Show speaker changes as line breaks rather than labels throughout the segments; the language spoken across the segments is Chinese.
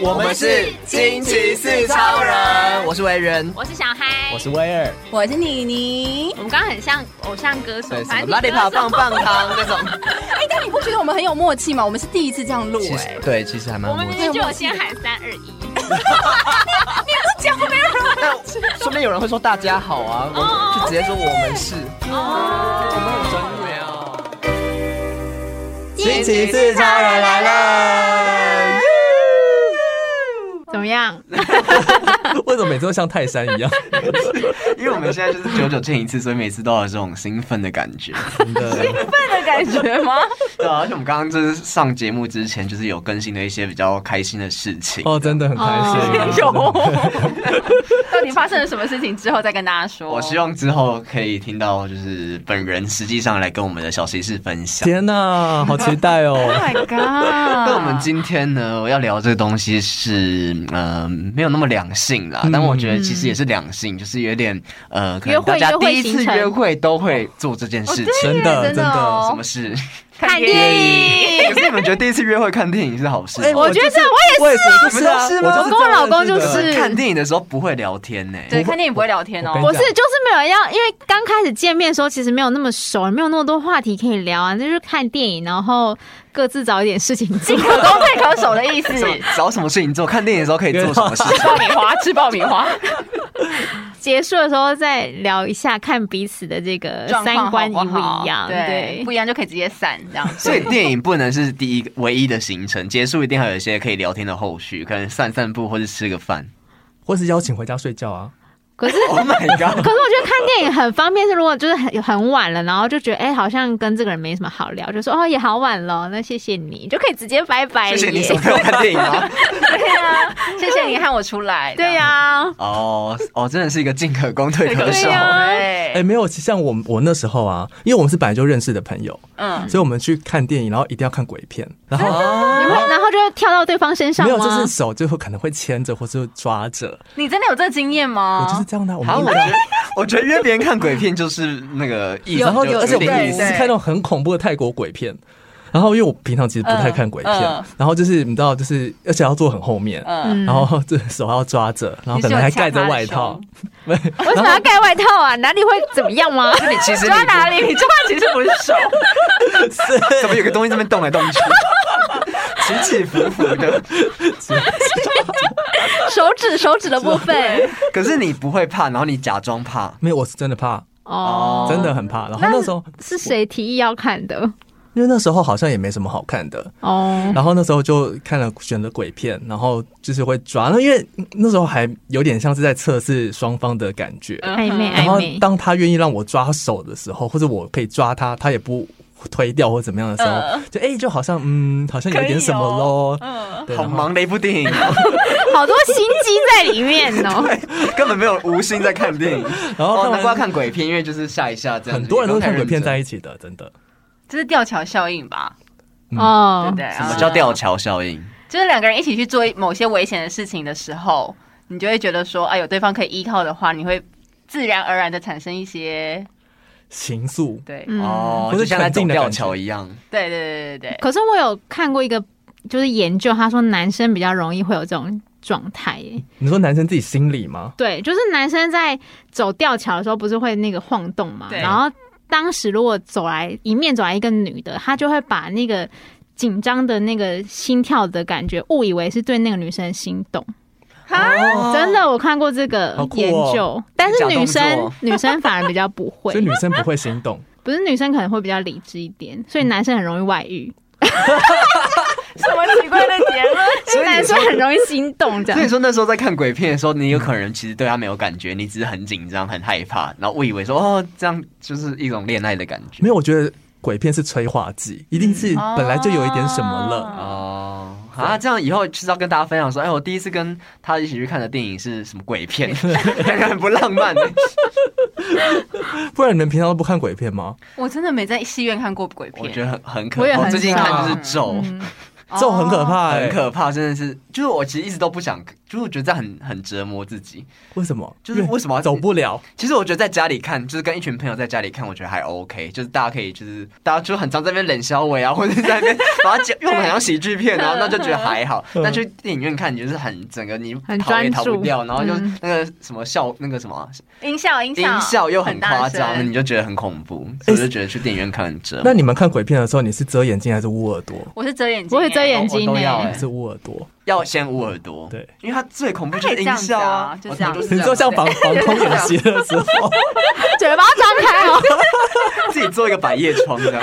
我们是惊奇四超人，我是维人，
我是小嗨，
我是威尔，
我是妮妮。
我们刚刚很像偶像歌手
对，，什
反
么
正
拉力跑
歌手
棒棒糖那种，
哎，但你不觉得我们很有默契吗？我们是第一次这样录
其
哎
实，对，其实还蛮
我们
默
明
契。
明就有先喊三二一，
但说不定有人会说大家好啊，我
哦
们就直接说我们是，
哦，
我们很专哦业哦。
惊奇四超人来了！
怎么样？
为什么每次都像泰山一样？
因为我们现在就是久久见一次，所以每次都有这种兴奋的感 觉。
真的，
的感觉吗？
对啊、而且我们刚刚就是上节目之前，就是有更新了一些比较开心的事情。
哦，真的很开心。
哦有， 到底发生了什么事情之后再跟大家
哦
说。
我希望之后可以听到，就是本人实际上来跟我们的小骑士分
啊
享。
天哪，好期待哦！
Oh
，My God！
那
那
我们今天呢，我要聊这个东西是，嗯、没有那么两性
嗯
啦，但我觉得其实也是两性，就是有点，呃，可能大家
约会
第一次
行程
约会都会做这件事情。
真的
真的
真的
什
哦
么，事？
看
电
电影。
可是你们觉得第一次约会看电影是好事吗？
哎我觉得
我也是啊，我也是啊，
你们都是吗
就
我跟我老公就
这样
是
认识的
看电影的时候不会聊天呢、
对，看电影不会聊天哦
我。跟你
不是，就是没有要，因为刚开始见面的时候，其实没有那么熟，没有那么多话题可以聊啊，那就是看电影，然后各自找一点事情做
进。可攻退可守的意思。
什么找什么事情做？看电影的时候可以做什么事情？
爆米花，吃爆米花，
结束的时候再聊一下，看彼此的这个
状况
三
好
观一
不
不
好
一样。
对，
对
不，一样就可以直接散这样。
所以电影不能是第一个唯一的行程，结束一定还有一些可以聊天的后续，可能散散步或是吃个饭。
或是邀请回家睡觉啊。
可是
Oh my
可
god！
是我觉得看电影很方便，是如果就是很很晚了，然后就觉得哎、好像跟这个人没什么好聊，就说哦也好晚了，那谢谢你，就可以直接拜拜
谢
了
谢你
耶
什么时候看电影吗？
对啊， 谢谢你喊我出来。
对呀、
哦哦，真的是一个进可攻退可守
对。呀
对，
哎，没有，像我我那时候啊，因为我们是本来就认识的朋友，
嗯，
所以我们去看电影，然后一定要看鬼片，然后
你会然后就会跳到对方身上
没
吗？
有，就是手就会可能会牵着或是抓着，
你真的有这经验
我就是
吗？
这样的啊。我
好，我
们
觉 得我觉得约别人看鬼片就是那个意思，
然后
就
而且我
有
对
点
们
意思。
是
对
看那种很恐怖的泰国鬼片。然后因为我平常其实不太看鬼片，
嗯嗯
然后就是你知道，就是而且要坐很后面，
嗯，
然后这手还要抓着，然后
你是
可
有
能还
掐他
盖着
的
外套
胸。
为什么要盖外套啊？哪里会怎么样吗？
那你其实
抓
你
哪里？你抓其实不是手，
怎么有个东西在那边动来动去，起起伏伏的？
手指手指的部分
可是你不会怕，然后你假装怕。
没有，我是真的怕，
哦，
真的很怕。然后那时候，
是谁提议要看的？
因为那时候好像也没什么好看的，
哦，
然后那时候就看了选了鬼片，然后就是会抓。那因为那时候还有点像是在测试双方的感觉。
暧昧
然
暧
后
昧，
当他愿意让我抓手的时候，或者我可以抓他，他也不推掉或怎么样的时候
嗯，
就哎、就好像嗯，好像有点什么喽。
嗯，
对
好，忙的一部电影， 哦
好多心机在里面哦。
根本没有无心在看电影。
然 后
哦，
然
难怪
后
要看鬼片，因为就是吓一吓这样子。
很多人都是看鬼片在
一
一起的，真的。
这是吊桥效应吧？
嗯
哦
对不，对？
什么
啊
叫吊桥效应？
就是两个人一起去做某些危险的事情的时候，你就会觉得说，哎，有对方可以依靠的话，你会自然而然的产生一些，
情愫，
对，
嗯
哦，
或
就是像在走
肯定的
吊
感觉
桥一 样。
对对对对 对
可是我有看过一个就是研究，他说男生比较容易会有这种状态耶。
你说男生自己心里吗？
对，就是男生在走吊桥的时候，不是会那个晃动嘛？
对
然后当时如果走来迎面走来一个女的，她就会把那个紧张的那个心跳的感觉，误以为是对那个女生心动。
哦
真的，我看过这个
好酷哦
研究，但是
假
女
动
生
作
女生反而比较不会
所以，女生不会心动，
不是女生可能会比较理智一点，所以男生很容易外遇，
对，什么奇怪的结论？
所以
男
你
生
说，
很容易心动这
所以你
样。
说那时候在看鬼片的时候，你有可能其实对他没有感觉，你只是很紧张、很害怕，然后误以为说哦，这样就是一种恋爱的感觉。
没有，我觉得鬼片是催化剂，一定是
嗯
本来就有一点什么了。
哦，啊，这样以后就是要跟大家分享说，哎，我第一次跟他一起去看的电影是什么鬼 片， 感觉很不浪漫。
不然你们平常都不看鬼片吗？
我真的没在戏院看过鬼
我
片，
觉得很很可
我也
怕。
很嗯
我最近看就是咒，
哦
这种很可怕、欸，
很可怕，真的是，就是我其实一直都不想就是我觉得这样很很折磨自己。
为什么？
就是为什么要
走不了？
其实我觉得在家里看，就是跟一群朋友在家里看，我觉得还 OK，就是大家可以就是大家就很常在那边冷笑尾啊， 或者是在那边 把它讲，因为我们很像喜剧片，
嗯
然后那就觉得还好。
嗯
但去电影院看，你就是很整个你
很
逃也
专
逃不
注
掉，然后就
嗯
那个什么笑那个什么
音效音效
音效又很夸
大
张，
声
你就觉得很恐怖，所以我就觉得去电影院看很折磨
哎那。你们看鬼片的时候，你是遮眼睛还是捂耳朵？
我是遮眼睛，
我会遮眼睛
我都要
呢
欸
还是捂耳朵？
要先捂耳朵，
对，
因为它最恐怖就
它可以
是音
这
效
样子
啊
啊，就
我
这样
我都是
子
你
这
说像防防空演习的时候，
嘴巴张开哦，
自己做一个百叶窗这样。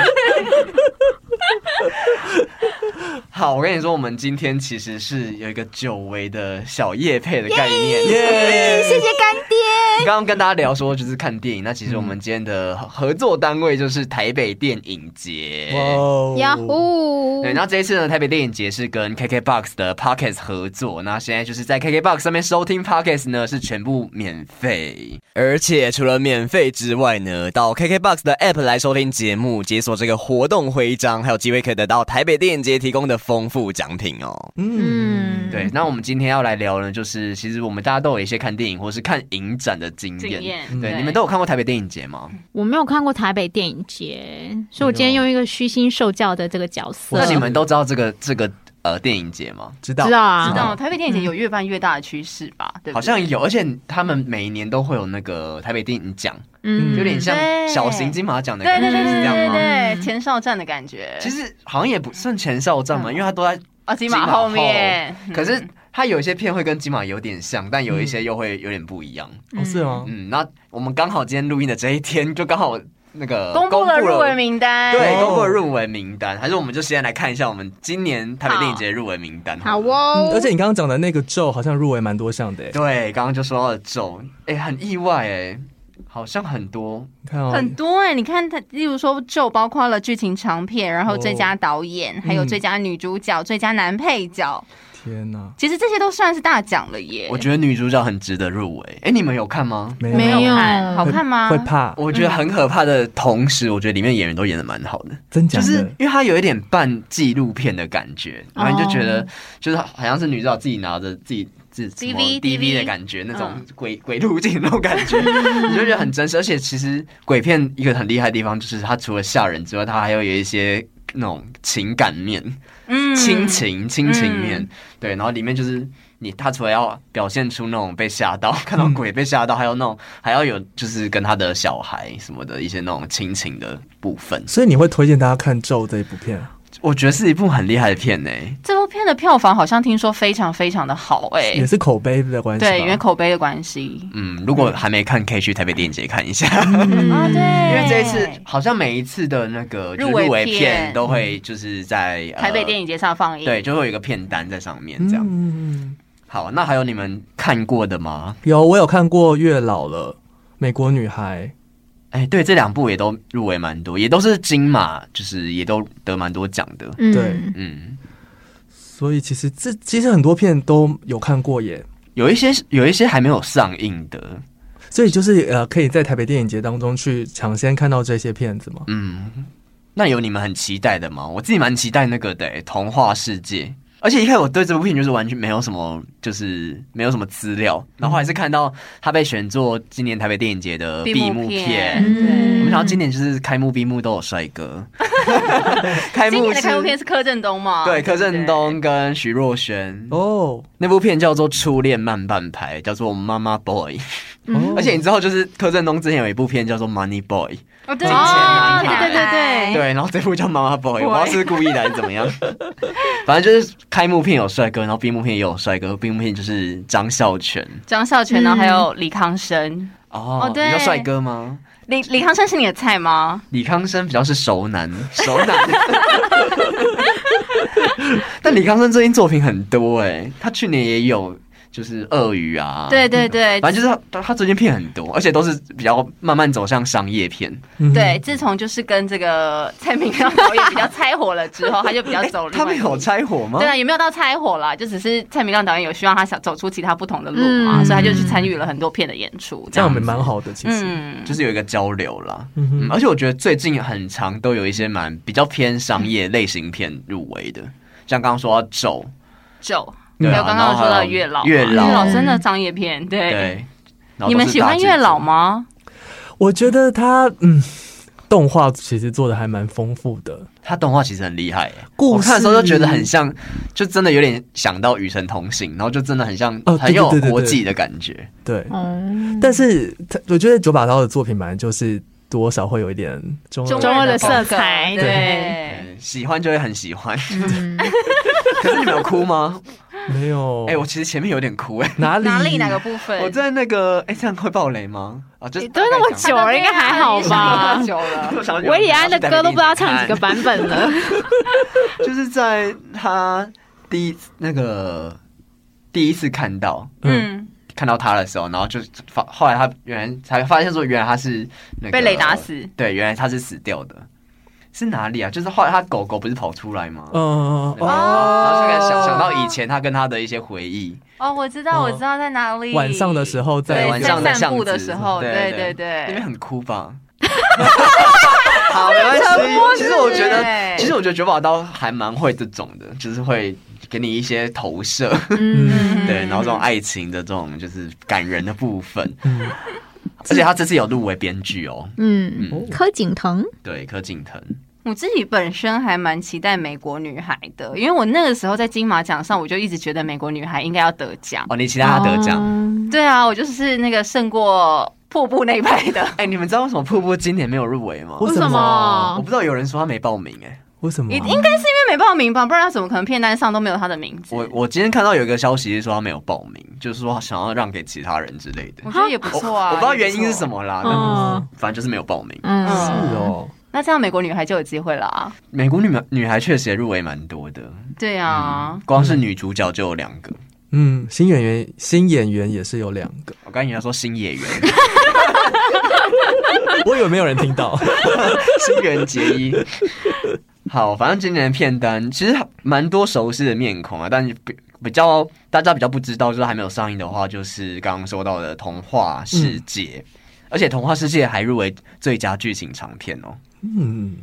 好，我跟你说，我们今天其实是有一个久违的小夜配的概念。耶！
谢谢干爹。
刚刚跟大家聊说就是看电影，那其实我们今天的合作单位就是台北电影节。
哇哦
呀呼！
对，然后这一次呢，台北电影节是跟 KKBOX 的 Pockets 合作，那现在就是在 KKBOX 上面收听 Pockets 呢是全部免费，而且除了免费之外呢，到 KKBOX 的 App 来收听节目，解锁这个活动徽章，还有机会可以得到台北电影节提供的丰富奖品哦。
嗯，
对，那我们今天要来聊呢，就是其实我们大家都有一些看电影或是看影展的经
经
验。
验，
嗯对，你嗯们都有看过台北电影节吗？
我没有看过台北电影节，所以我今天用一个虚心受教的这个角色。
哇
那你们都知道这个这个呃电影节吗？
知道
知道啊
知道台北电影节有越办越大的趋势吧？对不对，
好像有，而且他们每一年都会有那个台北电影奖，
嗯
有点像
对
小型金马奖的
对
感觉，
对对
是
对
这样
对
吗？
对，前哨站的感觉。
嗯其实好像也不算前哨战嘛，
嗯
因为它都在。
啊，金马后面，
可是
嗯
它有一些片会跟金马有点像，但有一些又会有点不一样。
哦是吗？
嗯，那我们刚好今天录音的这一天，就刚好那个
公布了入围名单，
对，
哦
公布了入围名单，还是我们就先来看一下我们今年台北电影节的入围名单。
好
了
哦
嗯，而且你刚刚讲的那个咒好像入围蛮多项的欸，
对，刚刚就说到了咒，哎、很意外哎、好像很多，
你看哦，
很多哎、你看他，例如说就包括了剧情长片，然后最
哦
佳导演，还
嗯
有最佳女主角、最佳男配角，
天哪，
其实这些都算是大奖了耶。
我觉得女主角很值得入围。哎、你们有看吗？
没
没有
看哎好看吗？
会怕，
我觉得很可怕的同时，我觉得里面演员都演的蛮好的，
真假
就
的？
是因为他有一点半纪录片的感觉，然后你就觉得就是好像是女主角自己拿着自己。自己
DV
DV 的感觉，那种鬼鬼路径那种感觉，你就觉得很真实。而且其实鬼片一个很厉害的地方，就是它除了吓人之外，它还有有一些那种情感面、
嗯
亲，情、亲情面
嗯。
对，然后里面就是你，它除了要表现出那种被吓到、 看到
嗯
鬼被吓到，还有那种还要有就是跟他的小孩什么的一些那种亲情的部分。
所以你会推荐大家看咒这一部片？
我觉得是一部很厉害的片呢、欸
这部片的票房好像听说非常非常的好哎、
也是口碑的关系吧，
对，因为口碑的关系。
嗯，如果还没看，可以去台北电影节看一下，
啊，对，
嗯因
因
为这一次呃好像每一次的那个就是
入围
入围
片嗯
片都会就是在、呃
台北电影节上放映，
对，就会有一个片单在上面
嗯
这样。
嗯嗯
好，那还有你们看过的吗？
有我有看过《月老了》《美国女孩
哎、对，这两部也都入围蛮多，也都是金马，就是也都得蛮多奖的。
嗯
对
嗯，》，
所以其实这其实很多片都有看过耶。
有一些有一些还没有上映的，
所以就是呃，可以在台北电影节当中去抢先看到这些片子嘛。
嗯，那有你们很期待的吗？我自己蛮期待那个的、欸《童话世界》，而且一开始我对这部片就是完全没有什么，就是没有什么资料，然后还是看到它被选作今年台北电影节的闭
闭
幕
幕
片。
片，
我
嗯
对
们想到今年就是开幕、闭幕都有帅哥，开
今
幕
年的
是
开幕片是柯震东嘛？
对柯震
对
东跟徐若瑄
哦，
那部片叫做《初恋慢半拍》，叫做《妈妈 Boy》，
嗯
而且你知道就是柯震东之前有一部片叫做《Money Boy》，
不
金
对，
钱男
哦，
孩
对对对对，
对，然后这部叫《妈妈 boy》，
Boy
我不知道是故意的还是怎么样。 反正就是开幕片有帅哥，然后闭幕片也有帅哥。闭幕片就是张孝全
张孝全，然后还有李康生，
哦
哦对
你叫帅哥吗？
李李康生是你的菜吗？
李康生比较是熟男，熟男。 但李康生最近作品很多哎、他去年也有就是鳄鱼啊，
对，对
哎
对，
反正就是他他最近片很多，而且都是比较慢慢走向商业片。
嗯
对，自从就是跟这个蔡明亮导演比较拆火了之后，他就 比较
哎
走另
哎他
外
们
一
有
条。
拆火吗
对？啊，也没有到拆火啦，就只是蔡明亮导演有希望他想走出其他不同的路嘛，
嗯
所以他就去参与了很多片的演出，
这
样
样
子
也蛮好的，其实。
嗯，
就是有一个交流啦。
嗯
嗯，
哼
而且我觉得最近很长都有一些蛮比较偏商业类型片入围的，像刚刚说到咒，
就
对
还
啊
有刚刚有说到月老嘛，
月
月
老
老真的商业片，对。
对，然后都是
哎你们喜欢月老
大
吗？
我觉得他嗯，动画其实做的还蛮丰富的，
蜘蛛？他动画其实很厉害耶，
故事
我看的时候就觉得很像，就真的有点想到《与神同行》，然后就真的很像，
哦对
很有
对对对
国际的感觉。
对。
哦，
但是他，我觉得九把刀的作品本来就是多少会有一点中
中二的色
风
风。
格
彩
对。
嗯喜欢就会很喜 欢。
嗯，
可是你们有哭吗？
没有。
哎、我其实前面有点哭哎、
哪里
哪里哪个部分？
我在那个哎、这样会爆雷吗？啊，就是
你
都那么
大概讲
久了，应该还好 吧
久了。
我想
维里安的歌都不知道唱几个版本了，
就是在他第一那个第一次看到
嗯，
嗯，
看到他的时候，然后就发后来他原来才发现说，原来他是、那个、
被雷打，死。
对，原来他是死掉的，是哪里啊？就是后来他狗狗不是跑出来吗？
嗯
对然后然后就开始
哦
想想到以前他跟他的一些回忆，
哦，我知
嗯
道，
哦
我知道在哪里。
晚上的时候在
对
晚上的
在
巷
散步
子
的时候，
对对
对对
那边
对。
很哭吧？ 好，没关系。其实我觉得，
对
其实我觉得九把刀还蛮会这种的，就是会给你一些投射，
嗯，
对，然后这种爱情的这种就是感人的部分。
嗯
而且他这次有入围编剧哦，
嗯，
嗯，
柯景腾，
对，柯景腾，
我自己本身还蛮期待《美国女孩》的，因为我那个时候在金马奖上，我就一直觉得《美国女孩》应该要得奖。
哦，你期待他得奖。
哦
对啊，我就是那个胜过瀑布那一 派的。
哎，你们知道为什么瀑布今年没有入围吗？
为
为
什
什
我
么
不？知道有人说他没报名哎、
为什么
应
啊？
应该是因为没报名吧，不然他怎么可能片单上都没有他的名字？
我我今天看到有一个消息是说他没有报名，就是说想要让给其他人之类的。
我觉得也不错啊。
哦我不知道原因是
么。
什么啦，
嗯
但反正就是没有报名。
嗯，
是
嗯
哦，
那这样美国女孩就有机会了啊！
美国女女孩确实也入围蛮多的，
对啊，
光是女主角就有两个。
嗯，新演员新演员也是有两个，
我刚才要说新演 员，
我以为没有人听到。
新垣结衣。好，反正今年的片单其实蛮多熟悉的面孔啊，但比比较大家比较不知道，就是还没有上映的话，就是刚刚说到的《童话世界》
嗯
而且《童话世界》还入围最佳剧情长片哦。
嗯，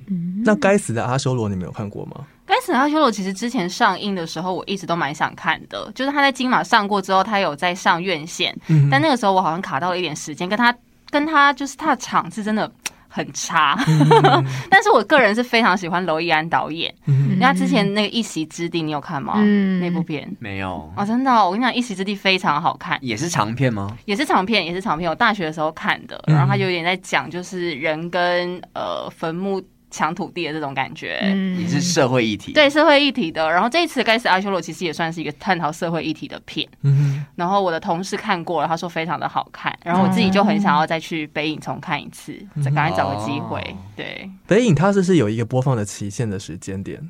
那该死的阿修罗，你们有看过吗？
《该死的阿修罗》其实之前上映的时候，我一直都蛮想看的，就是他在金马上过之后，他有在上院线，
嗯
但那个时候我好像卡到了一点时间，跟他跟他就是他的场次真的。很差，
嗯
但是我个人是非常喜欢娄艺安导演。
嗯
人家之前那个《一席之地》，你有看吗？
嗯
那部片
没有，
哦，真的哦、我跟你讲，《一席之地》非常好看，
也是长片吗？
也是长片，也是长片。我大学的时候看的，
嗯
然后他有点在讲就是人跟呃坟墓抢土地的这种感觉。
嗯
嗯
也是社会议题。
对社会议题的。然后这一次《该死的阿修罗》其实也算是一个探讨社会议题的片。
嗯
然后我的同事看过了，他说非常的好看，然后我自己就很想要再去北影重看一次，再赶快找个机会。
哦
对，
北影它是不是有一个播放的期限的时间点？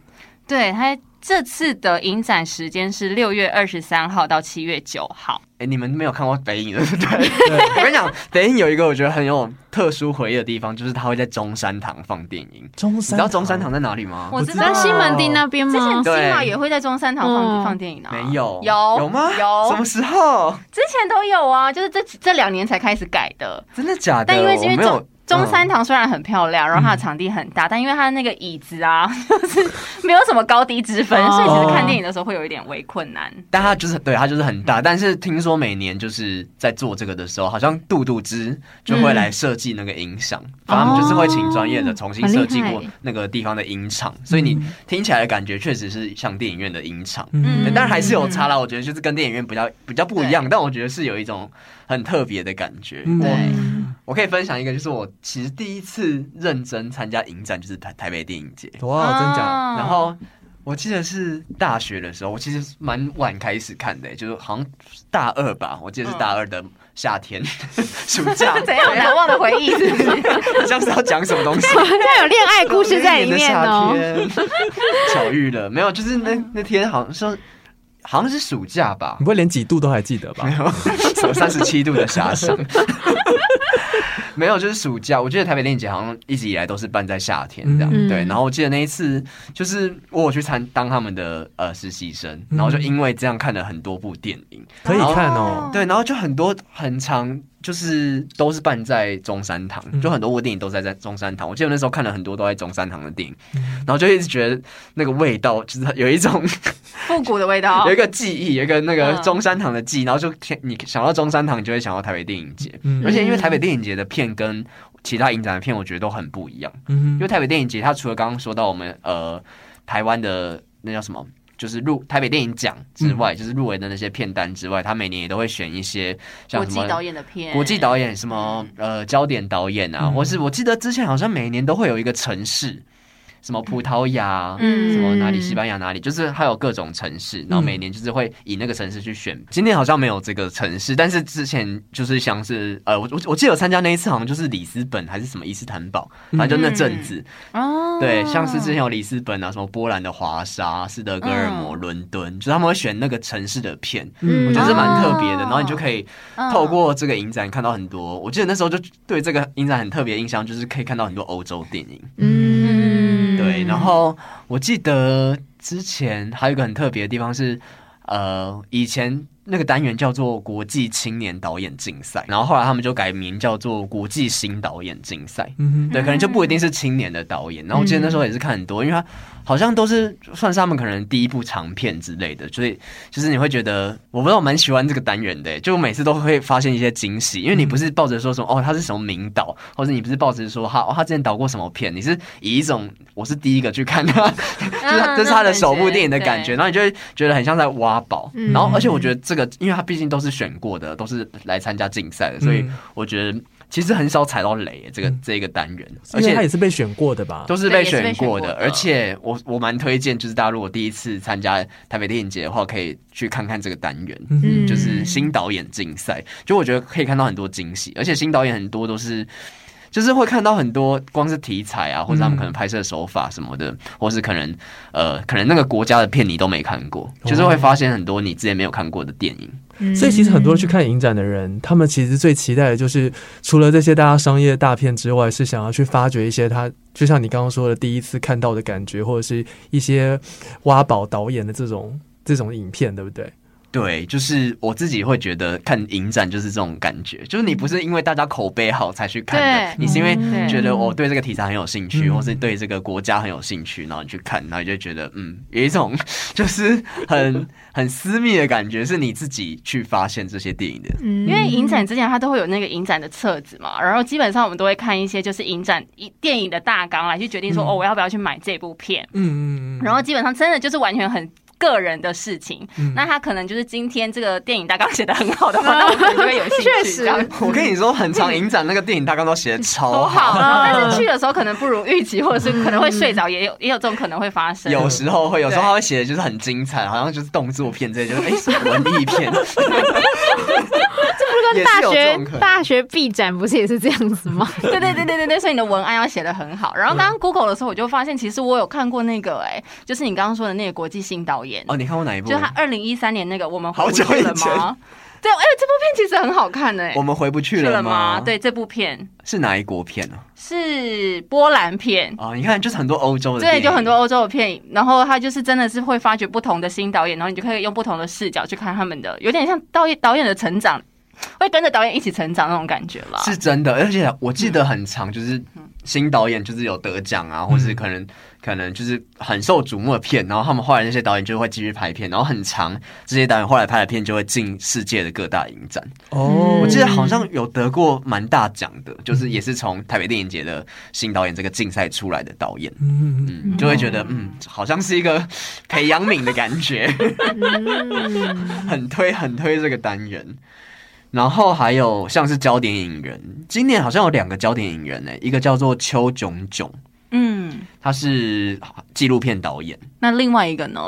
对他这次的影展时间是六月二十三号到七月九号。
哎、你们没有看过北影的，对 不对？我跟你讲，北影有一个我觉得很有特殊回忆的地方，就是它会在中山堂放电影。
中
你知
山，
道中山堂在哪里吗？
我知道
在西门町那边
之前
吗？
金马
对
也会在中山堂放、
嗯
放电影啊，
没嗯有，
有
有吗？什么
有，
时候？
之前都有啊，就是这这两年才开始改的。
真的假的？
但因为因
我
为
没有嗯
中中山堂虽然很漂亮，然后它的场地很大，但因为它那个椅子啊， 就是没有什么高低之分，
哦
所以其实看电影的时候会有一点微困难。
但它就是对它就是很大，但是听说每年就是在做这个的时候，好像杜杜之就
嗯
会来设计那个音响，反正他们就是会请专业
哦
的重新设计
很
过
厉害
那个地方的音场，所以你听起来的感觉确实是像电影院的音场。
嗯
对，
嗯
但还是有差啦。我觉得就是跟电影院比较比较不一样，但我觉得是有一种很特别的感觉。
嗯
我
对
我可以分享一个，就是我其实第一次认真参加影展，就是台台北电影节。
哇，真假？
啊
然后我记得是大学的时候，我其实蛮晚开始看的、就是好像大二吧，我记得是
嗯
大二的夏 天、暑假，
怎样难忘的回忆是不 是？
好像是要讲什么东西。
要有恋爱故事在里面哦
那。一年的夏天，巧遇了没有？就是那那天好像是好像是暑假吧
你，不会连几度都还记得吧
没？ 有，什么三十七度的遐想，没有，就是暑假。我记得台北电影节好像一直以来都是办在夏天这样，
嗯
对。然后我记得那一次，就是我有去参当他们的呃实习生，
嗯
然后就因为这样看了很多部电影，
可以看哦。
对，然后就很多很长就是都是办在中山堂，
嗯
就很多部电影都在在中山堂。我记得那时候看了很多都在中山堂的电影，
嗯
然后就一直觉得那个味道就是有一种
复古的味道
有一。个记忆，有一个那个
嗯
中山堂的记忆，然后就天你想到中山堂，你就会想到台北电影节，
嗯
而且因为台北电影节的片跟其他影展的片，我觉得都很不一样。
嗯
因为台北电影节，它除了刚刚说到我们呃台湾的那叫什么，就是入台北电影奖之
嗯
外，就是入围的那些片单之外，它每年也都会选一些像
国
什
际
么
导演的嗯片，
国际导演什么呃焦点导演啊，
嗯
或是我记得之前好像每年都会有一个城市，什么葡萄牙。
嗯
什么哪里西班牙哪里，就是还有各种城市，然后每年就是会以那个城市去选。今年好像没有这个城市，但是之前就是像是呃，我我我记得有参加那一次好像就是里斯本还是什么伊斯坦堡，反正就那阵子，
嗯哦，
对，像是之前有里斯本啊，什么波兰的华沙、斯德哥尔
嗯
摩、伦敦，就是他们会选那个城市的片，
嗯
我觉得是蛮特别的。
哦
然后你就可以
嗯
透过这个影展看到很多，我记得那时候就对这个影展很特别的印象，就是可以看到很多欧洲电影。
嗯，
对，然后我记得之前还有一个很特别的地方是，呃，以前。那个单元叫做国际青年导演竞赛，然后后来他们就改名叫做国际新导演竞赛。
嗯哼
对，可能就不一定是青年的导演。然后我记得那时候也是看很多，因为他好像都是算是他们可能第一部长片之类的，所以就是你会觉得，我不知道，我蛮喜欢这个单元的，欸就我每次都会发现一些惊喜，因为你不是抱着说什么哦他是什么名导，或者你不是抱着说他哦他之前导过什么片，你是以一种我是第一个去看他，就是他这是他的首部电影的感觉，然后你就会觉得很像在挖宝。
嗯
然后而且我觉得这个，因为他毕竟都是选过的，都是来参加竞赛的，所以
嗯
我觉得。其实很少踩到雷，这个
嗯
这个单元，而
而且他也
且
是被选过的吧？
都是被
对也是被
选
选
过
过
的。
的
而且我我蛮推荐，就是大家如果第一次参加台北电影节的话，可以去看看这个单元，
嗯
嗯
就是新导演竞赛。就我觉得可以看到很多惊喜，而且新导演很多都是。就是会看到很多，光是题材啊，或者他
嗯
们可能拍摄手法什么的，或是可能呃，可能那个国家的片你都没看过，就是
哦
会发现很多你之前没有看过的电影。
嗯
所以其实很多去看影展的人，他们其实最期待的就是除了这些大家商业大片之外，是想要去发掘一些他，就像你刚刚说的，第一次看到的感觉，或者是一些挖宝导演的这种这种影片，对不对？
对，就是我自己会觉得看影展就是这种感觉，就是你不是因为大家口碑好才去看的，
对
你是因为
嗯
觉得我对这个题材很有兴趣，
嗯
或是对这个国家很有兴趣，然后你去看，然后你就觉得嗯，有一种 就是很很私密的感觉，是你自己去发现这些电影的。
嗯，
因为影展之前它都会有那个影展的册子嘛，然后基本上我们都会看一些就是影展一电影的大纲来去决定说、
嗯
哦我要不要去买这部片，
嗯嗯
然后基本上真的就是完全很。个人的事情，
嗯
那他可能就是今天这个电影大纲写的很好的 话，那我可能就会有兴趣。
确实
这样
我跟你说，很长影展那个电影大纲都写的超
多
好
好，，但是去的时候可能不如预期，或者是可能会睡着，也有也有这种可能会发
嗯
生。
有时候会，有时候
对
他会写的就是很精彩，好像就是动作片这些，就是哎、什么文艺片，
跟大
也是有这种可
学
能
大学毕展不是也是这样子吗？
对对对对对对，所以你的文案要写的很好。然后
啊
刚刚 Google 的时候，我就发现其实我有看过那个、哎，就是你刚刚说的那个国际新导演，
哦，你看过哪一部？
就是他二零一三年那个《我们回
好
不去
久
了
以前
吗》？对，哎、这部片其实很好看的、哎
我们回不去
去
了
了
吗？，
对，这部片
是哪一国片呢、啊
是波兰片。
啊？哦，你看，就是很多欧洲的，
对，就很多。欧洲的片，然后他就是真的是会发掘不同的新导演，然后你就可以用不同的视角去看他们的，有点像导演导演的成长，会跟着导演一起成长那种感觉啦。
是真的，而且我记
嗯
得很长，就是新导演就是有得奖啊，或
嗯
是可能可能就是很受瞩目的片，然后他们后来那些导演就会继续拍片，然后很长这些导演后来拍的片就会进世界的各大影展。
哦，
我记得好
嗯
像有得过蛮大奖的，就是也是从台北电影节的新导演这个竞赛出来的导演，
嗯嗯
嗯，就会觉得嗯，好像是一个培养皿的感觉。
嗯，
很推很推这个单元。然后还有像是焦点影人，今年好像有两个焦点影人呢、一个叫做邱炯炯，
嗯，
他是纪录片导演；
那另外一个呢？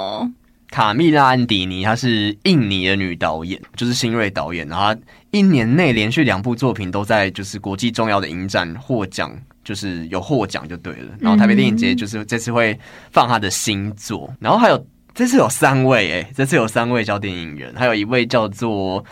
卡蜜拉·安迪尼，她是印尼的女导演，就是新锐导演。然后她一年内连续两部作品都在就是国际重要的影展获奖，就是有获奖就对了。然后台北电影节就是这次会放她的新作，然后还有这次有三位诶、这次有三位焦点影人，还有一位叫做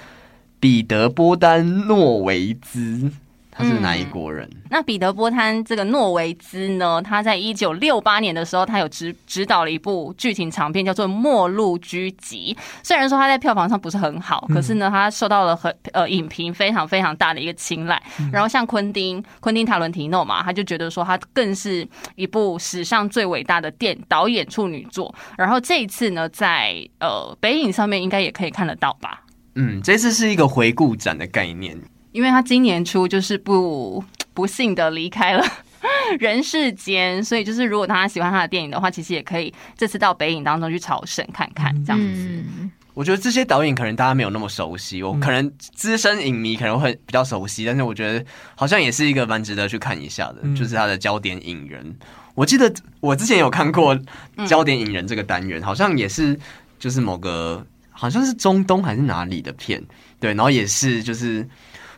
彼得·波丹诺维兹，他是哪一国人？
那彼得波滩这个诺维兹呢，他在一九六八年的时候，他有执执导了一部剧情长片，叫做《末路居集》。虽然说他在票房上不是很好，可是呢，他受到了很呃影评非常非常大的一个青睐。然后像昆汀，昆汀塔伦提诺嘛，他就觉得说他更是一部史上最伟大的电导演处女作。然后这一次呢，在呃北影上面应该也可以看得到吧？
嗯，这次是一个回顾展的概念。
因为他今年初就是不不幸的离开了 人世间，所以就是如果大家喜欢他的电影的话，其实也可以这次到北影当中去朝圣看看，这样子。
嗯，
我觉得这些导演可能大家没有那么熟悉，我可能资深影迷可能会比较熟悉，但是我觉得好像也是一个蛮值得去看一下的，
嗯
就是他的焦点影人。我记得我之前有看过焦点影人这个单元，好像也是就是某个好像是中东还是哪里的片，对，然后也是就是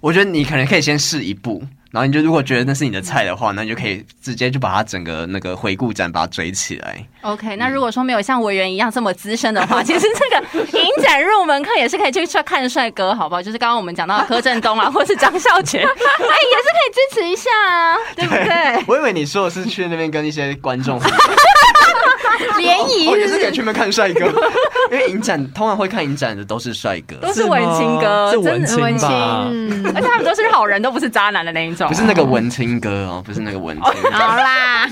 我觉得你可能可以先试一部。然后你就如果觉得那是你的菜的话，那你就可以直接就把它整个那个回顾展把它追起来。
OK，那如果说没有像委员一样这么资深的话，其实这个影展入门课也是可以去看帅哥，好不好？就是刚刚我们讲到的柯震东啊，或是张孝全，哎，也是可以支持一下啊，对不对？
我以为你说的是去那边跟一些观众互动
联谊
哦我也
是
是
不
给
是
去那边看帅哥，哎 因为影展通常会看影展的都是帅哥，
都是文青哥，
是吗
真的
是文青吧
嗯，
而且他们都是好人，都不是渣男的那一种，
不是那个文青哥哦，不啊是那个文青。
好啦，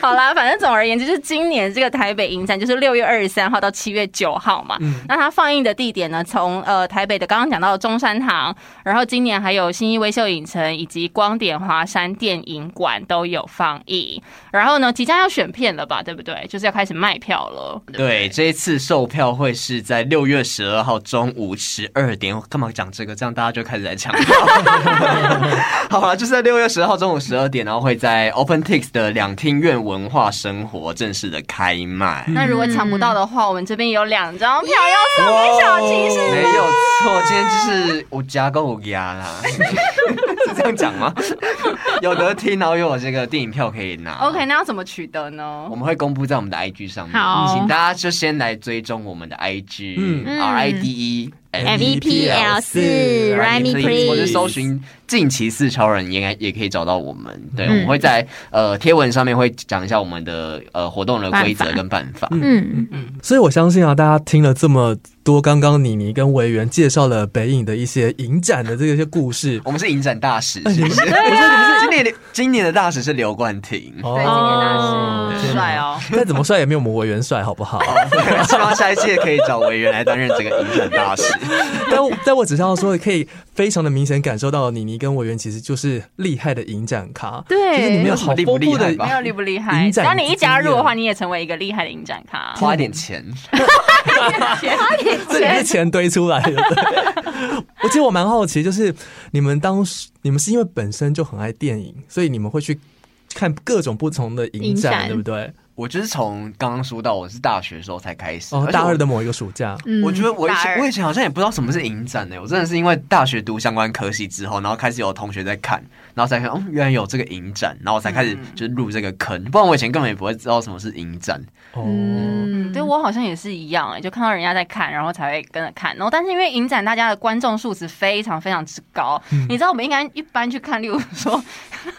好啦，反正总而言之，就是今年这个台北影展就是六月二十三号到七月九号嘛。
嗯
那它放映的地点呢，从呃台北的刚刚讲到的中山堂，然后今年还有新义威秀影城以及光点华山电影馆都有放映。然后呢，即将要选片了吧，对不对？就是要开始卖票了。
嗯
对，这一次售票会是在六月十二号中午十二点。我干嘛讲这个？这样大家就开始来抢 票。好了，就是在六月十二号中午十二点，然后会在 OpenTix 的两厅院文化生活正式的开卖。
那如果抢不到的话，我们这边有两张票要送给小骑士。
没有错，今天就是我加跟我压啦，是这样讲吗？有得听，然后有我这个电影票可以拿。
OK，那要怎么取得呢
我？们会公布在我们的 IG 上面，
好
请大家就先来追踪我们的 IG、
嗯
R I D E
M E P L 四 r i m e
Please，或者
Please，
搜寻“近期四超人”，应该也可以找到我们。对，
嗯
我们会在呃贴文上面会讲一下我们的呃活动的规则
办法
跟办法。。
嗯，
所以我相信啊，大家听了这么多，刚刚妮妮跟维园介绍了北影的一些影展的这些故事
我们是影展大使，是不是？
对啊
我说你们是今年的今年的大使是刘冠廷。
对，今年大
哦
师帅哦。
再怎么帅也没有我们维园帅，好不好？
希望下一期也可以找委员来担任这个影展大使。
但我但我只是要说，可以非常的明显感受到，妮妮跟委员其实就是厉害的影展咖。
对
就是你们有好丰
厉
富
不厉害
的
吧
没有厉不厉害？
影
只
展
要你一加入的话，
经验
你也成为一个厉害的影展咖。
花一点钱，
这也是钱堆出来的。对我其实我蛮好奇，就是你们当时你们是因为本身就很爱电影，所以你们会去看各种不同的影
影
展，
展
对不对？
我就是从刚刚说到我是大学的时候才开始，
哦，
而且我
大二的。某一个暑假，
嗯
我觉得我以
大
前
二
我以前好像也不知道什么是影展欸呢、我真的是因为大学读相关科系之后，然后开始有同学在看，然后才看，嗯，原来有这个影展，然后我才开始
嗯
就是入这个坑，不然我以前根本也不会知道什么是影展。
哦，
嗯，
对我好像也是一样哎、就看到人家在看，然后才会跟着看。然后，但是因为影展大家的观众素质非常非常之高，
嗯
你知道我们应该一般去看，例如说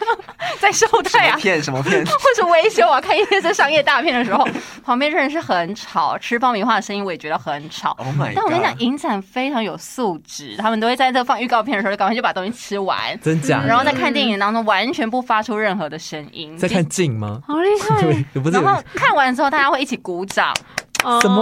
在秀泰
什
啊
么，片什么 片，
或是维修啊，看一些这商业大片的时候， 旁边真的是很吵，吃爆米花的声音我也觉得很吵。
Oh my
但我跟你讲，
god！
影展非常有素质，他们都会在这放预告片的时候，赶快就把东西吃完，
真
嗯
假的？
然后在看电影当中完全不发出任何的声音，
在看镜吗？
好厉 害，
对，不是
然
有
后看完之后，大家会一起鼓掌，
什么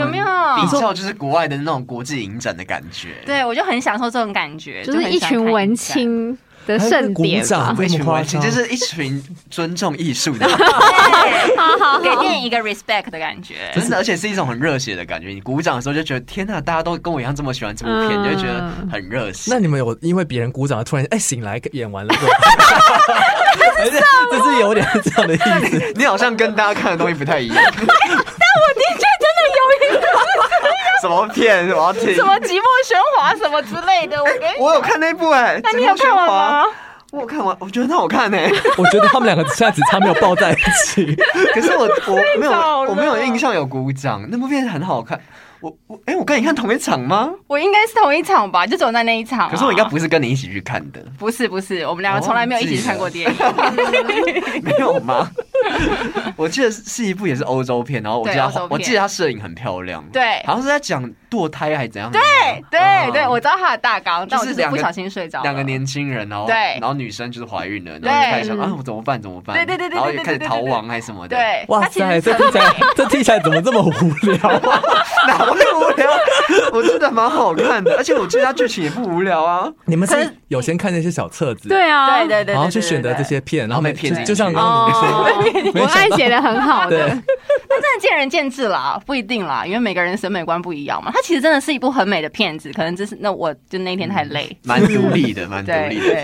有
哦
没有？
比较就是国外的那种国际影展的感觉。，
对，我就很享受这种感觉，
就是一群文青的盛典吧
啊
还是鼓掌，
一群文青
这么夸张
就是一群尊重艺术 的人，
对，
好好
给
好，
电影一个 respect 的感觉。
真的，而且是一种很热血的感觉。你鼓掌的时候就觉得天呐，大家都跟我一样这么喜欢这部片，
嗯
你就会觉得很热血。
那你们有因为别人鼓掌，突然哎醒来演完了，这种而且 这是有点这样的意 思。
你好像跟大家看的东西不太一样。 但我的确真的有一个什么片，我要听。
什么寂寞喧哗什么之类的，我跟你
我有看那部哎、欸，
那你有看完吗？？
我有看完，我觉得很好看 哎、
我觉得他们两个现在只差没有抱在一起。
可是我我没有
太早了
我没有印象有鼓掌，那部片很好看。我我哎，我跟你看同一场吗？
我应该是同一场吧，就走在那一场啊、
可是我应该不是跟你一起去看的，
不是不是，我们两个从来没有一起去看过电影。
没有吗？ 我记得是一部也是欧洲片，然后我记得
对欧
它
洲片
我记得它摄影很漂亮，
对
好像是在讲堕胎还是怎样的，
对对对，我知道他的大纲，但我
就
就是是
两
不
个
小心睡着了。
两个年轻人，然后
对
然后女生就是怀孕了，然后
对
就开始想
嗯
啊我怎么办怎么办，
对对对对
然后
对
也
对
开始
对对
逃
对
亡还是什么的，，
对，
哇
他其
塞，
实是
这听起来这听起来怎么这么无聊啊？
哪会无聊？ 我觉得蛮好看的，而且我记得它剧情也不无聊 啊，
你们
可
是
是
有先看那些小册子，，
对啊，
对对对对，
然后
对
去选择这。些片，然后
被
每
骗
就
进
就像
去
刚刚你们说，
哦，文案写的很好
对
的，，
那真的见仁见智啦，不一定啦，因为每个人审美观不一样嘛。他其实真的是一部很美的片子，可能只是那我就那一天太累。
蛮独立的，嗯蛮独
对
立的。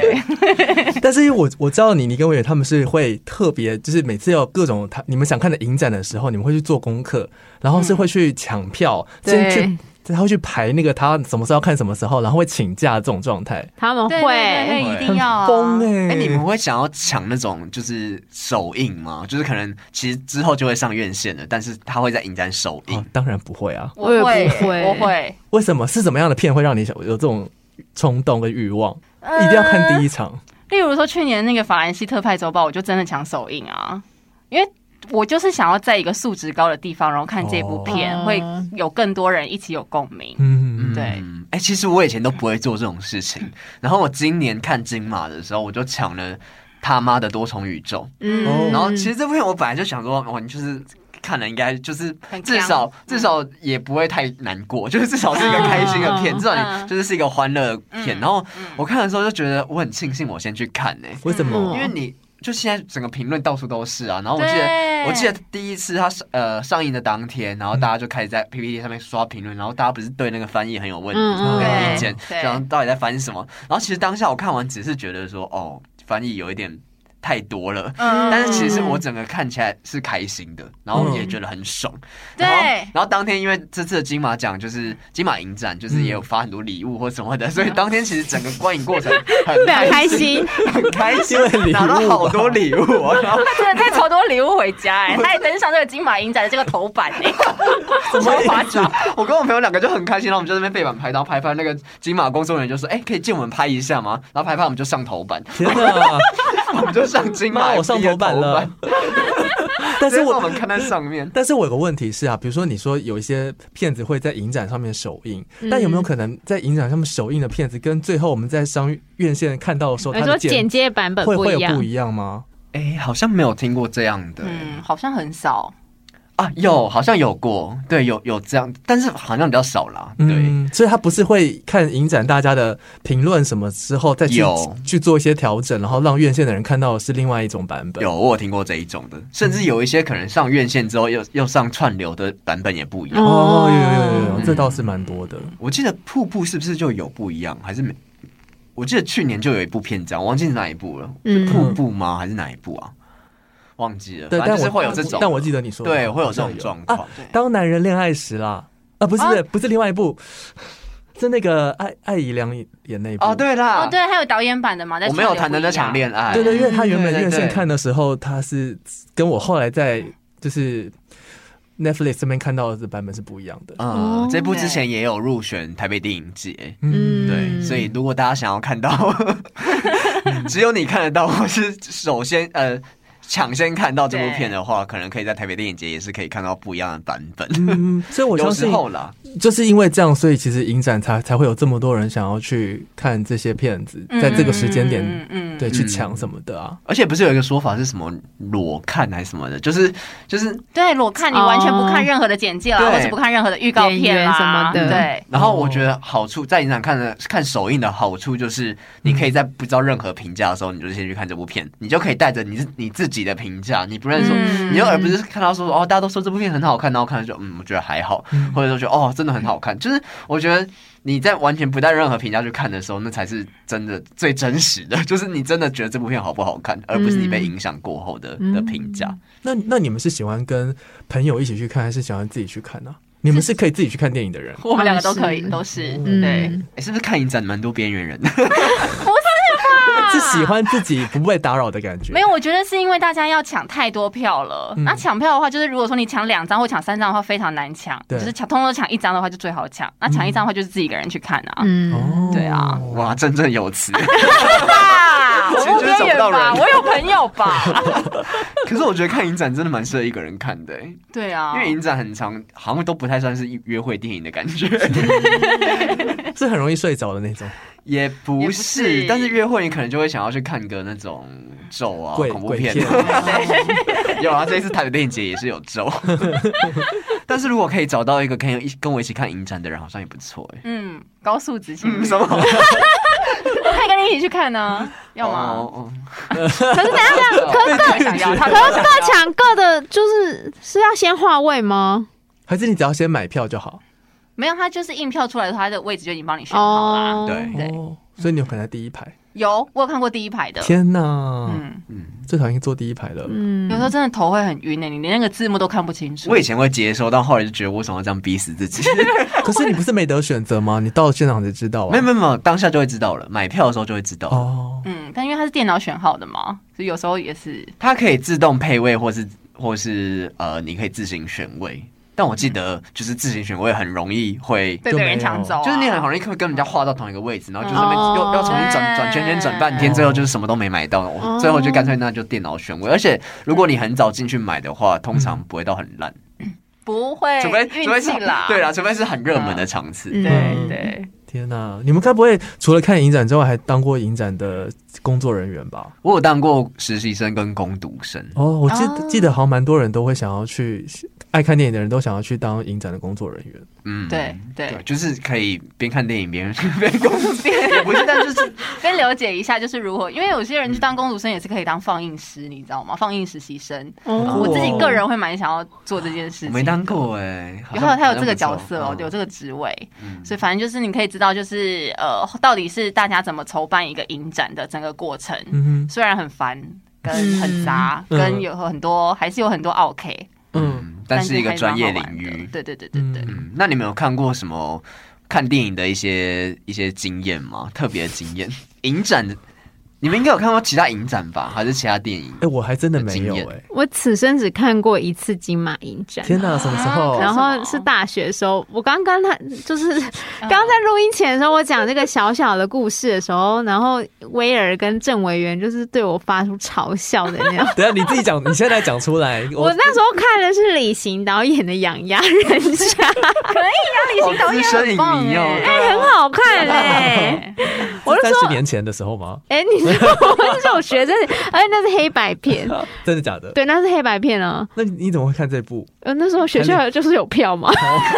对，
但是因为我我知道你，你跟伟伟他们是会特别，就是每次有各种他你们想看的影展的时候，你们会去做功课，然后是会去抢票，先去
对
他会去排那个他什么时候要看什么时候，然后会请假这种状态，
他们
对
会，
对对一定要啊
疯哎、
哎、你们会想要抢那种就是首映吗？就是可能其实之后就会上院线了，但是它会在影展首映。
哦，当然不会啊，
我
我也
会
不会
我会，
为什么是怎么样的片会让你想有这种冲动跟欲望，
呃
一定要看第一场？
例如说去年那个法兰西特派周报，我就真的抢首映啊，因为我就是想要在一个素质高的地方，然后看这部片，
哦
会有更多人一起有共鸣。
嗯，
嗯
对
哎、其实我以前都不会做这种事情。然后我今年看金马的时候，我就抢了他妈的多重宇宙。
哦
嗯，
然后其实这部片我本来就想说，哦，你就是看了应该就是
很
至
强嗯
少至少也不会太难过，就是至少是一个开心的片，
嗯
至少
嗯
你就是是一个欢乐的片。
嗯
然后我看的时候就觉得我很庆幸我先去看呢、
为什么？
嗯
因为你就现在整个评论到处都是啊，然后我记
对
得我记得第一次它上呃上映的当天，
嗯
然后大家就开始在 PPT 上面刷评论，然后大家不是对那个翻译很有问题，
嗯嗯
很有
对
意见，
对
然后到底在翻什么？然后其实当下我看完只是觉得说，哦，翻译有一点太多了。
嗯
但是其实我整个看起来是开心的，然后也觉得很爽。
对
然后然后当天因为这次的金马奖就是金马影展，就是也有发很多礼物或什么的，所以当天其实整个观影过程很
非常开
心。
心，
很开心
因为礼物，
拿到好多礼物啊！然后
真的带超多礼物回家 哎、他还登上这个金马影展的这个头版哎、
怎么夸张？我跟我朋友两个就很开心，然后我们就在那边背板拍，然后拍拍那个金马工作人员就说：“哎、可以借我们拍一下吗？”然后拍拍我们就上头版，
天哪！
我们就上金马，
妈，我哦上头版了。
但
但是
是
我
我们看在上面。
但是我有个问题是啊，比如说你说有一些片子会在影展上面首映，
嗯
但有没有可能在影展上面首映的片子跟最后我们在商院线看到的时候，
你
它
说
的
剪接版本
会
不
会
一
有
样
不，一样吗？
哎、好像没有听过这样的、欸
嗯，好像很少。
啊，
嗯
有好像有过，对，有有这样，但是好像比较少啦。对，
嗯，所以他不是会看影展大家的评论什么之后再去
有
去做一些调整，然后让院线的人看到的是另外一种版本。
有我有听过这一种的，甚至有一些可能上院线之后又又上串流的版本也不一样。
哦，有有有有有，
嗯
这倒是蛮多的。
我记得瀑布是不是就有不一样？还是没？我记得去年就有一部片啊这样，我忘记是哪一部了。
嗯
瀑布吗？还是哪一部啊？忘记了。
对，
反正
但
就是
我
会有这种，
但我记得你说的
对会有这
好
种
像
状
啊
况。
当男人恋爱时啦，啊，不是、
啊
不是另外一部，是那个艾艾怡良演那一部。
哦，对啦，
哦，对，还有导演版的嘛，在
我没有谈的那场恋爱，
对对，因为他原本
对对
院
对
线看的时候，他是跟我后来在就是 Netflix 这边看到的版本是不一样的。
嗯
哦，
这部之前也有入选台北电影节。
嗯
对，所以如果大家想要看到，只有你看得到，或是首先呃抢先看到这部片的话，可能可以在台北电影节也是可以看到不一样的版本。
嗯，所以我
有
相
时
信，
候啦，
就是因为这样，所以其实影展才才会有这么多人想要去看这些片子，在这个时间点，
嗯嗯
对，去
嗯
抢什么的啊。
而且不是有一个说法是什么裸看还是什么的，就是就是，
对，裸看你完全不看任何的简介啦，
哦
或是不看任何的预告
演
片
员
啦
什么的
对，
嗯然后我觉得好处在影展看的看首映的好处就是，你可以在不知道任何评价的时候，你就先去看这部片，你就可以带着你自你自己的评价，你不认识说。
嗯
你又而不是看到说哦，大家都说这部片很好看，然后看了就嗯，我觉得还好，或者说觉得哦，真的很好看。就是我觉得你在完全不带任何评价去看的时候，那才是真的最真实的， 就是你真的觉得这部片好不好看，而不是你被影响过后的、的评价。
那那你们是喜欢跟朋友一起去看，还是喜欢自己去看呢、啊你们是可以自己去看电影的人。
我们两个都可以，
嗯
都是
嗯
对。
嗯，
哎、是不是看影展蛮多边缘人的？
不是吧？
是喜欢自己不被打扰的感
啊
觉。
没有，我觉得是因为大家要抢太多票了。
嗯
那抢票的话，就是如果说你抢两张或抢三张的话，非常难抢。
对
就是抢通通都抢一张的话，就最好抢。那抢一张的话，就是自己一个人去看啊。
嗯，
哦，
对啊，
哇，振振有词。
啊，
其
我
实
目
就是
标
找不
远
到人
吧，我有朋 友吧。
可是我觉得看影展真的蛮适合一个人看的、欸，
对啊
因，为影展很长，好像都不太算是约会电影的感觉，
是很容易睡着的那种。
也
也
不
不
是。
是
但是约会你可能就会想要去看个那种咒啊、
鬼
恐怖
鬼
片。
片
有啊，这一次台北电影节也是有咒。 但是如果可以找到一个可以一跟我一起看影展的人，好像也不错哎、
嗯，高素质型，
什么？
我可以跟你一起去看呢，要吗？
嗯哦？
可是等一下这样，可
他他想要，他
可是
想
各
要。
抢各的，就是是要先划位吗？
还是你只要先买票就好。
没有，他就是印票出来的时候，他的位置就已经帮你选好了。
哦对，
对
哦，所以你有可能在第一排。
有，我有看过第一排的。
天哪，
嗯，
最讨厌坐第一排了。
嗯
有时候真的头会很晕呢，欸你连那个字幕都看不清楚
我。以前会接收，但后来就觉得我为什么要这样逼死自己？
可是你不是没得选择吗？你到现场才知道啊。
没有没有没有，当下就会知道了，买票的时候就会知道了。
哦，
嗯，但因为它是电脑选好的嘛，所以有时候也是
它可以自动配位，或是或是呃，你可以自行选位。但我记得就是自行选位很容易会，
被
就
别
没
人抢
有
走啊、
就是你很容易会跟人家画到同一个位置，然后就这边
哦
又要重新转
对
转圈圈转半天，最后就是什么都没买到。
哦
我最后就干脆那就电脑选位，而且如果你很早进去买的话，通常不会到很烂，
不会
除非除
运
非是
气啦，
对啦，除非是很热门的场次。
嗯
对对，
天哪！你们该不会除了看影展之外，还当过影展的工作人员吧？
我有当过实习生跟工读生，
哦，我记
哦
记得好像蛮多人都会想要去，爱看电影的人都想要去当影展的工作人员。
嗯，
对对
就是可以边看电影边边工作，也不是，但就是
跟了解一下就是如何，因为有些人去当工读生也是可以当放映师，你知道吗？放映实习生，
哦
我自己个人会蛮想要做这件事
我
情。
没当过哎、好
有，
像
还有他
好
有
像
这
不
个
错
角色哦，
嗯
有这个职位，
嗯
所以反正就是你可以知道，就是呃，到底是大家怎么筹办一个影展的整个过程，
嗯
虽然很烦。跟很杂，
嗯
跟有很多，还是有很多 OK，
哼，嗯，
嗯，但是一个
还
专
蛮
业
好玩
领域
的。对对对对对，
嗯
嗯，那你们有看过什么看电影的一些一些经验吗？特别的经验？ 影展，你们应该有看过其他影展吧？还是其他电影？
哎、我还真的没有
经验
哎、
我此生只看过一次金马影展。
天哪，什么时候？
然
为什
后
么
是大学的时候，我刚刚他就是
嗯
刚刚在录音前的时候，我讲这个小小的故事的时候，然后威尔跟郑委员就是对我发出嘲笑的那 样。
等一下你自己讲，你现在讲 出来。
我那时候看的是李行导演的《养鸭人家》，
李行导演
资深
很
影
棒
迷哦
哎，
很好看嘞、我就
三
说
十年前的时候吗？
哎、你知道 我那是我学生，而且那是黑白片，
真的假的？
对，那是黑白片啊。
那你怎么会看这部？
呃，那时候学校就是有票嘛，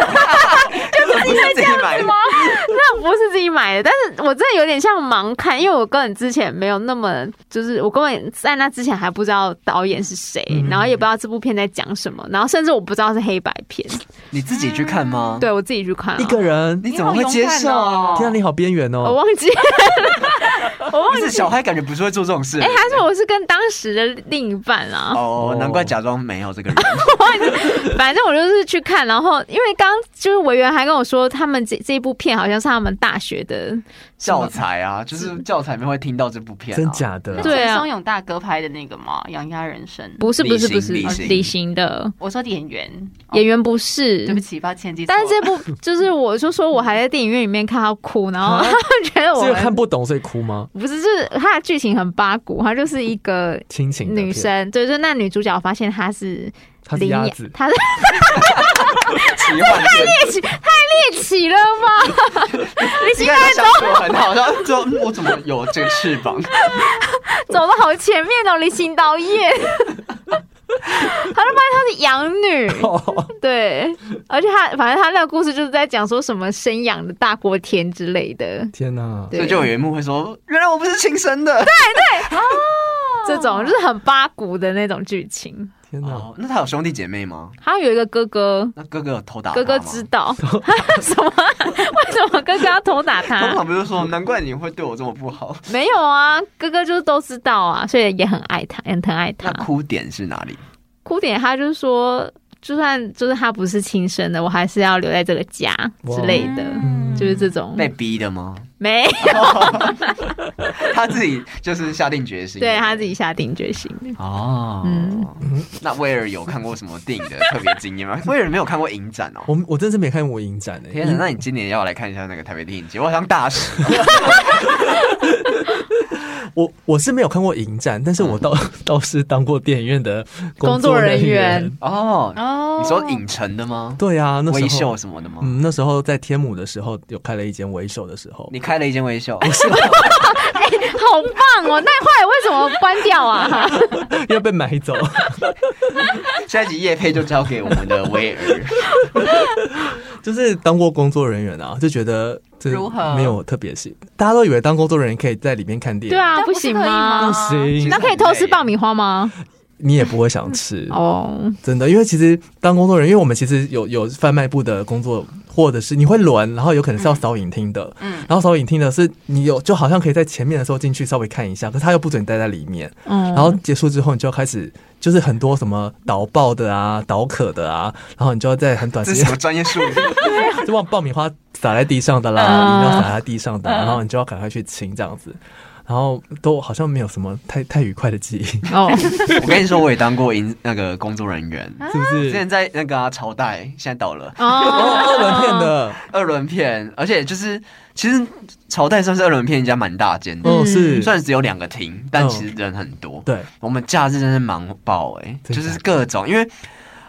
就是不是自己买的
那不是自己买的，但是我真的有点像盲看，因为我根本之前没有那么，就是我根本在那之前还不知道导演是谁，
嗯
然后也不知道这部片在讲什么，然后甚至我不知道是黑白片，
你自己去看吗？，
对我自己去看、啊，
一个人？
你怎么会接受
哦
啊？
天啊，你好边缘
我
哦！
忘记了，我忘
不
记
是小孩，感觉不是会做这种事。
哎、还是我是跟当时的另一半啊，
哦
哦，
难怪假装没有这个人。
反正我就是去看，然后因为刚就是委员还跟我说，他们这这一部片好像是他们大学的什么
教材啊，就是教材里面会听到这部片啊。
真假的？
对啊
松永大哥拍的那个嘛，《养鸭人生》。
不是不是不是
李行
李行的
我说演员，
演
员，
员不是，
哦对不起，抱歉，记错
但
了
是这部就是我就说我还在电影院里面看他哭，然后 觉得我
是看
们
不懂所以哭吗？
不是就是他的剧情很八股，他就是一个
亲情的片
女，生，对，就是那女主角发现她是
她是
领
鸭
养
子，
她是
奇幻片，
猎奇了吗？你
应
现
该
在
想说很好，然后就嗯我怎么有这个翅膀？
走的好前面哦，李行导演，他就发现她是养女，对，而且他反正他那个故事就是在讲说什么生养的大锅贴之类的，
天啊哪！
所
对，
以就有一幕会说，原来我不是亲生的。
这种就是很八股的那种剧情。
天啊哪！
哦，那他有兄弟姐妹吗？
好像有一个哥哥，
那哥哥有偷打他
哥
吗
哥知。道 什么？为什么哥哥要偷打
通
他？
常不是说，难怪你会对我这么不好。
没有啊，哥哥就是都知道啊，所以也很爱他，也很疼爱他
那。哭点是哪里？
哭点他就是说，就算就是他不是亲生的，我还是要留在这个家
哇
之类的，
嗯
就是这种
被逼的吗？
没有。
他自己就是下定决心。
对他自己嗯下定决心。
哦，那威尔有看过什么电影的特别经验吗？威尔没有看过影展哦。
我我真是没看过影展诶、
天啊哪，那你今年要来看一下那个台北电影节，我好像大使。
我我是没有看过影展，但是
嗯
我倒、倒是当过电影院的
工作
作
人
人
员。
哦，
哦
你说影城的吗？
对啊，那时候
微秀什么的吗？
嗯，那时候在天母的时候有开了一间微秀的时 候，
你开了一间微秀，
哎好棒哦！那后来为什么关掉啊？
要被买走。
下一集叶配就交给我们的威尔。
就是当过工作人员啊，就觉得这
如何
没有特别喜，大家都以为当工作人员可以在里面看电
对
影，
啊，
但
不
不是
行
可以
吗
不
吗？
行，
那可以偷吃爆米花吗？
你也不会想吃。
哦，
真的，因为其实当工作人员，因为我们其实有有贩卖部的工作，或者是你会轮，然后有可能是要扫影厅的，
嗯
然后扫影厅的是你有就好像可以在前面的时候进去稍微看一下，可是他又不准你待在里面，
嗯，
然后结束之后你就要开始就是很多什么导报的啊、导渴的啊，然后你就要在很短
这
时
是
间
什么专业术语？
就往爆米花撒在地上的啦，
嗯
饮料撒在地上的，
嗯
然后你就要赶快去清这样子。然后都好像没有什么太太愉快的记忆，是
哦，
我跟你说，我也当过影那个工作人员，
不
之
是？
前在那个啊朝代，现在倒了
哦，
哦，二轮片的，
二轮片，而且就是其实朝代算是二轮片人家蛮大间的，
哦是，
虽然只有两个厅，但
嗯
其实人很多。
对，
我们假日真是忙爆哎、
真的
就是各种，因为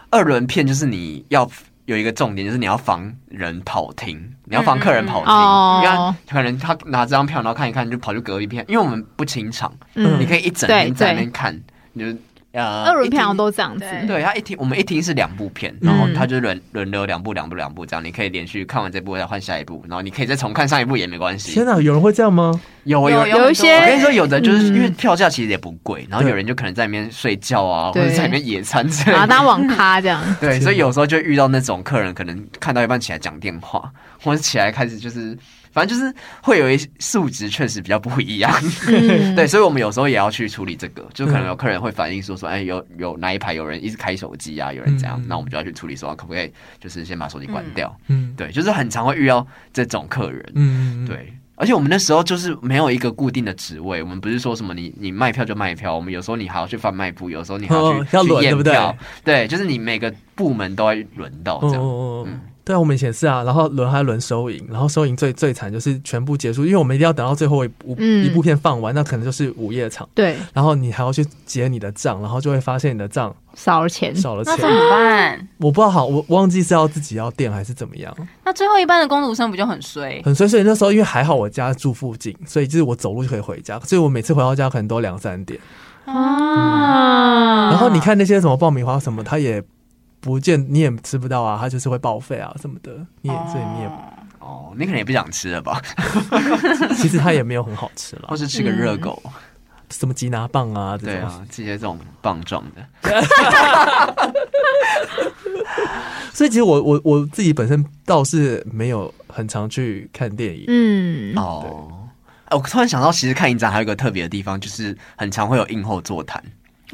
二轮片就是你要有一个重点，就是你要防人跑厅，你要防客人跑厅。
嗯嗯嗯
你
哦
看，可能他拿这张票，然后看一看就跑去隔壁片，因为我们不清场，
嗯
你可以一整
对
天在那边看，你就呃
二轮票好
一厅
像都这样子，
对
对他一听，我们一听是两部片，然后他就轮轮流两部、两部、两部这样，你可以连续看完这部再换下一部，然后你可以再重看上一部也没关系。
天哪，有人会这样吗？
有啊有啊
有
有一些
我跟你
哎
说，有的就是
嗯
因为票价其实也不贵，然后
对
有人就可能在里面睡觉啊，或
对啊
者在里面野餐之类
把它
的。
当网咖这样。
对，所以有时候就会遇到那种客人，可能看到一半起来讲电话，或者起来开始就是，反正就是会有一些素质确实比较不一样。
嗯
对，，所以我们有时候也要去处理这个，就可
嗯
能有客人会反映说说，哎，有有哪一排有人一直开手机啊，有人怎样
嗯，
那我们就要去处理说，啊可不可以就是先把手机关掉？
嗯，
对，就是很常会遇到这种客人。
嗯，
对，而且我们那时候就是没有一个固定的职位，我们不是说什么你你卖票就卖票，我们有时候你还要去贩卖部，有时候你还要去、
哦要
去
轮对
验
不对
票，对，就是你每个部门都要轮到
哦
这样。
哦哦
嗯，
对啊，我们以前是啊，然后轮还轮收银，然后收银最最惨就是全部结束，因为我们一定要等到最后一部
嗯
一部片放完，那可能就是午夜场，
对，
然后你还要去结你的账，然后就会发现你的账
少了钱，
少了
那
钱，
怎么办？
我不知道好，我忘记是要自己要垫还是怎么样，
那最后一班的工读生不就很衰？
很衰。嗯所以那时候因为还好我家住附近，所以就是我走路就可以回家，所以我每次回到家可能都两三点。
啊
然后你看那些什么爆米花什么，它也不见你也吃不到啊，它就是会报废啊什么的，你也所以你也
哦
哦，你可能也不想吃了吧？
其实它也没有很好 吃
或
了，
是吃个热狗？
什么吉拿棒啊嗯这
对
种，
啊，这些这种棒状的。
所以其实我我我自己本身倒是没有很常去看电影，
嗯，
哦。哎我突然想到，其实看影展还有一个特别的地方，就是很常会有映后座谈，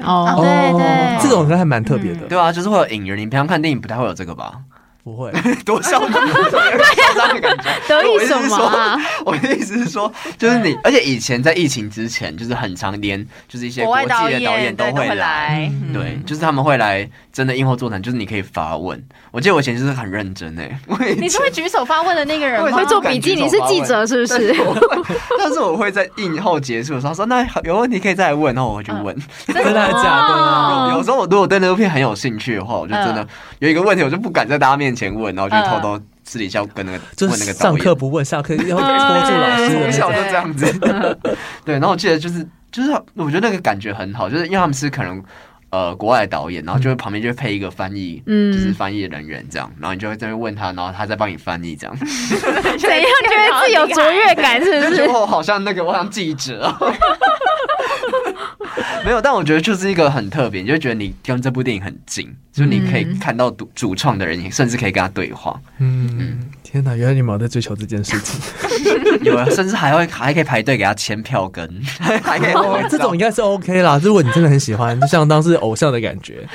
哦，
对对
这种应该还蛮特别的，
对啊，就是会有影人。你平常看电影不太会有这个吧？
不会，
多少有点嚣张的感觉。
得意什么啊？
我的意思是说，就是你，而且以前在疫情之前，就是很常连，就是一些
国
国
外
际
导
的导演
演对都
会
会
来。
来，
嗯
对，就是他们会来真的映后座谈，就是你可以发问。我记得我以前就是很认真哎、我以
你
前
是会举手发问的那个人
会
吗？
会做笔记，你是记者是不是？
但是我会在映后结束的时候说，那有问题可以再来问，然后我会去问。
真的还是假的？
哦嗯
有时候我如果对那部片很有兴趣的话，我就真的有一个问题，我就不敢在大家面前问，然后就偷偷私底下跟那个
就
问
是
那个导
上
演嗯
课不问，下 课要拖住老师的
从
那
小
种。
就这样 子。对，然后我记得就是就是，我觉得那个感觉很好，就是因为他们是可能呃国外的导演，然后就会旁边就会配一个翻译，
嗯
就是翻译人员这样，然后你就会在那边问他，然后他再帮你翻译这样。
怎 样觉得自己有卓越感 是不
就是觉得？我好像那个我好像记者 哦。没有，但我觉得就是一个很特别，你就觉得你跟这部电影很近，就是你可以
嗯
看到主主创的人，你甚至可以跟他对话，
嗯，天哪，原来你们有在追求这件事情。
有 的甚至还会还可以排队给他签票根，还可以
哦
拍照
这种应该是 OK 啦。如果你真的很喜欢，就相当是偶像的感觉。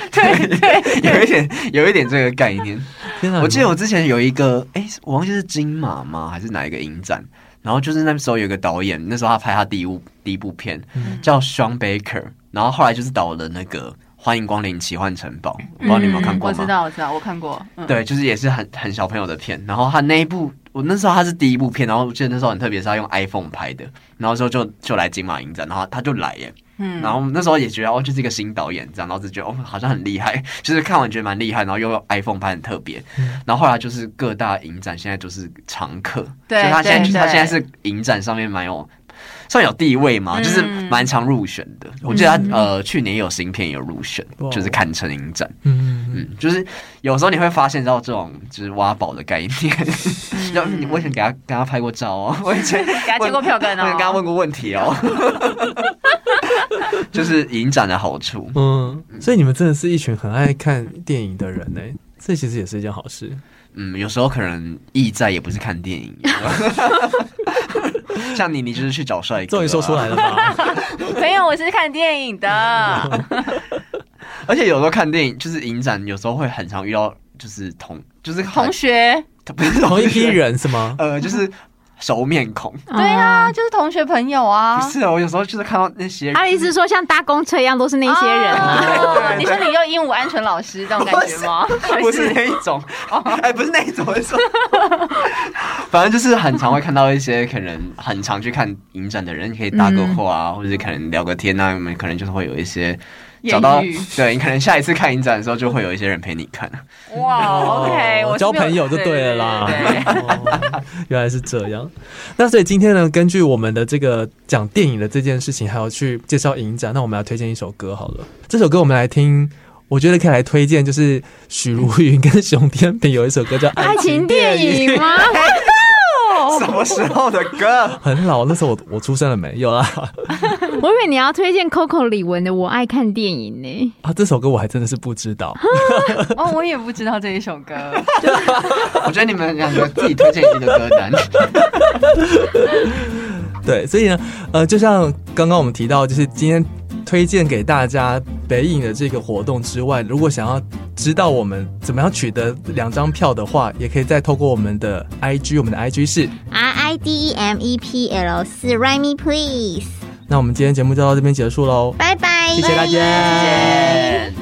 有一点有一点这个概念。
天哪
我记得我之前有一个，哎、我忘记是金马吗？还是哪一个影展？然后就是那时候有一个导演，那时候他拍他第一部第一部片叫 Sean Baker，然后后来就是导了那个《欢迎光临奇幻城堡》，我不知道你有没有看过
嗯我
吗？
知道，我知道，我看过。嗯，
嗯对，就是也是很很小朋友的片。然后他那一部，我那时候他是第一部片，然后我记得那时候很特别，是他用 iPhone 拍的，然后之后就就来金马影展，然后他就来耶。
嗯
然后那时候也觉得哦，就是一个新导演这样，然后就觉得哦，好像很厉害， 就是看完觉得蛮厉害，然后又用 iPhone 拍很特别。
嗯
然后后来就是各大影展现在就是常客，
对
所以他现在
对
就是他
对
现在是影展上面蛮有。算有地位嘛，
嗯
就是蛮常入选的。我记得他呃去年也有新片也有入选，
哇
就是坎城影展。
嗯，嗯
嗯，就是有时候你会发现到这种就是挖宝的概念，
嗯
然后你我以前给他给他拍过照哦， 我以前
给他接过票根
我以前
哦。
跟他问过问题哦， 就是影展的好处。
嗯嗯，所以你们真的是一群很爱看电影的人呢、欸这其实也是一件好事。
嗯，有时候可能意在也不是看电影， 像你，你就是去找帅哥、啊，
终于说出来 了。吧？
没有，我是看电影的。
而且有时候看电影，就是影展，有时候会很常遇到，就是同就是
同学，
不是
同一批
学，
人是吗？
呃，就是熟面孔。
对啊，就是同学朋友啊。
不嗯是啊，我有时候就是看到那些人
他的意思是说像搭公车一样都是那些人啊。
哦 你说你又鹦鹉鹌鹑老师这种感觉吗？
不是那一种，哎，不是那一种，我是说，反正就是很常会看到一些可能很常去看影展的人，你可以搭个话啊，或者是可能聊个天啊，你们可能就是会有一些找到
嗯艳遇，
对你可能下一次看影展的时候就会有一些人陪你看。
哇，OK，我是
哦
哦
交
没有
朋友就对了啦。
对 对对对
哦 原来是这样。那所以今天呢，根据我们的这个讲电影的这件事情，还有去介绍影展，那我们要推荐一首歌好了。这首歌我们来听，我觉得可以来推荐，就是许茹芸跟熊天平有一首 歌叫《
爱情电
影》，
影吗？
哦
什么时候的歌？
很老，那时候我我出生了没有啦？
我以为你要推荐 Coco 李玟的《我爱看电影》呢。
啊，这首歌我还真的是不知道。
哦，我也不知道这一首歌。
我觉得你们两个自己推荐一个歌 单。
对，所以呢，呃，就像刚刚我们提到，就是今天推荐给大家北影的这个活动之外，如果想要知道我们怎么样取得两张票的话，也可以再透过我们的 IG，我们的 IG 是。
R I D E M E P L 四 r i m e please，
那我们今天节目就到这边结束喽，
拜拜，
谢谢大家。
哎
耶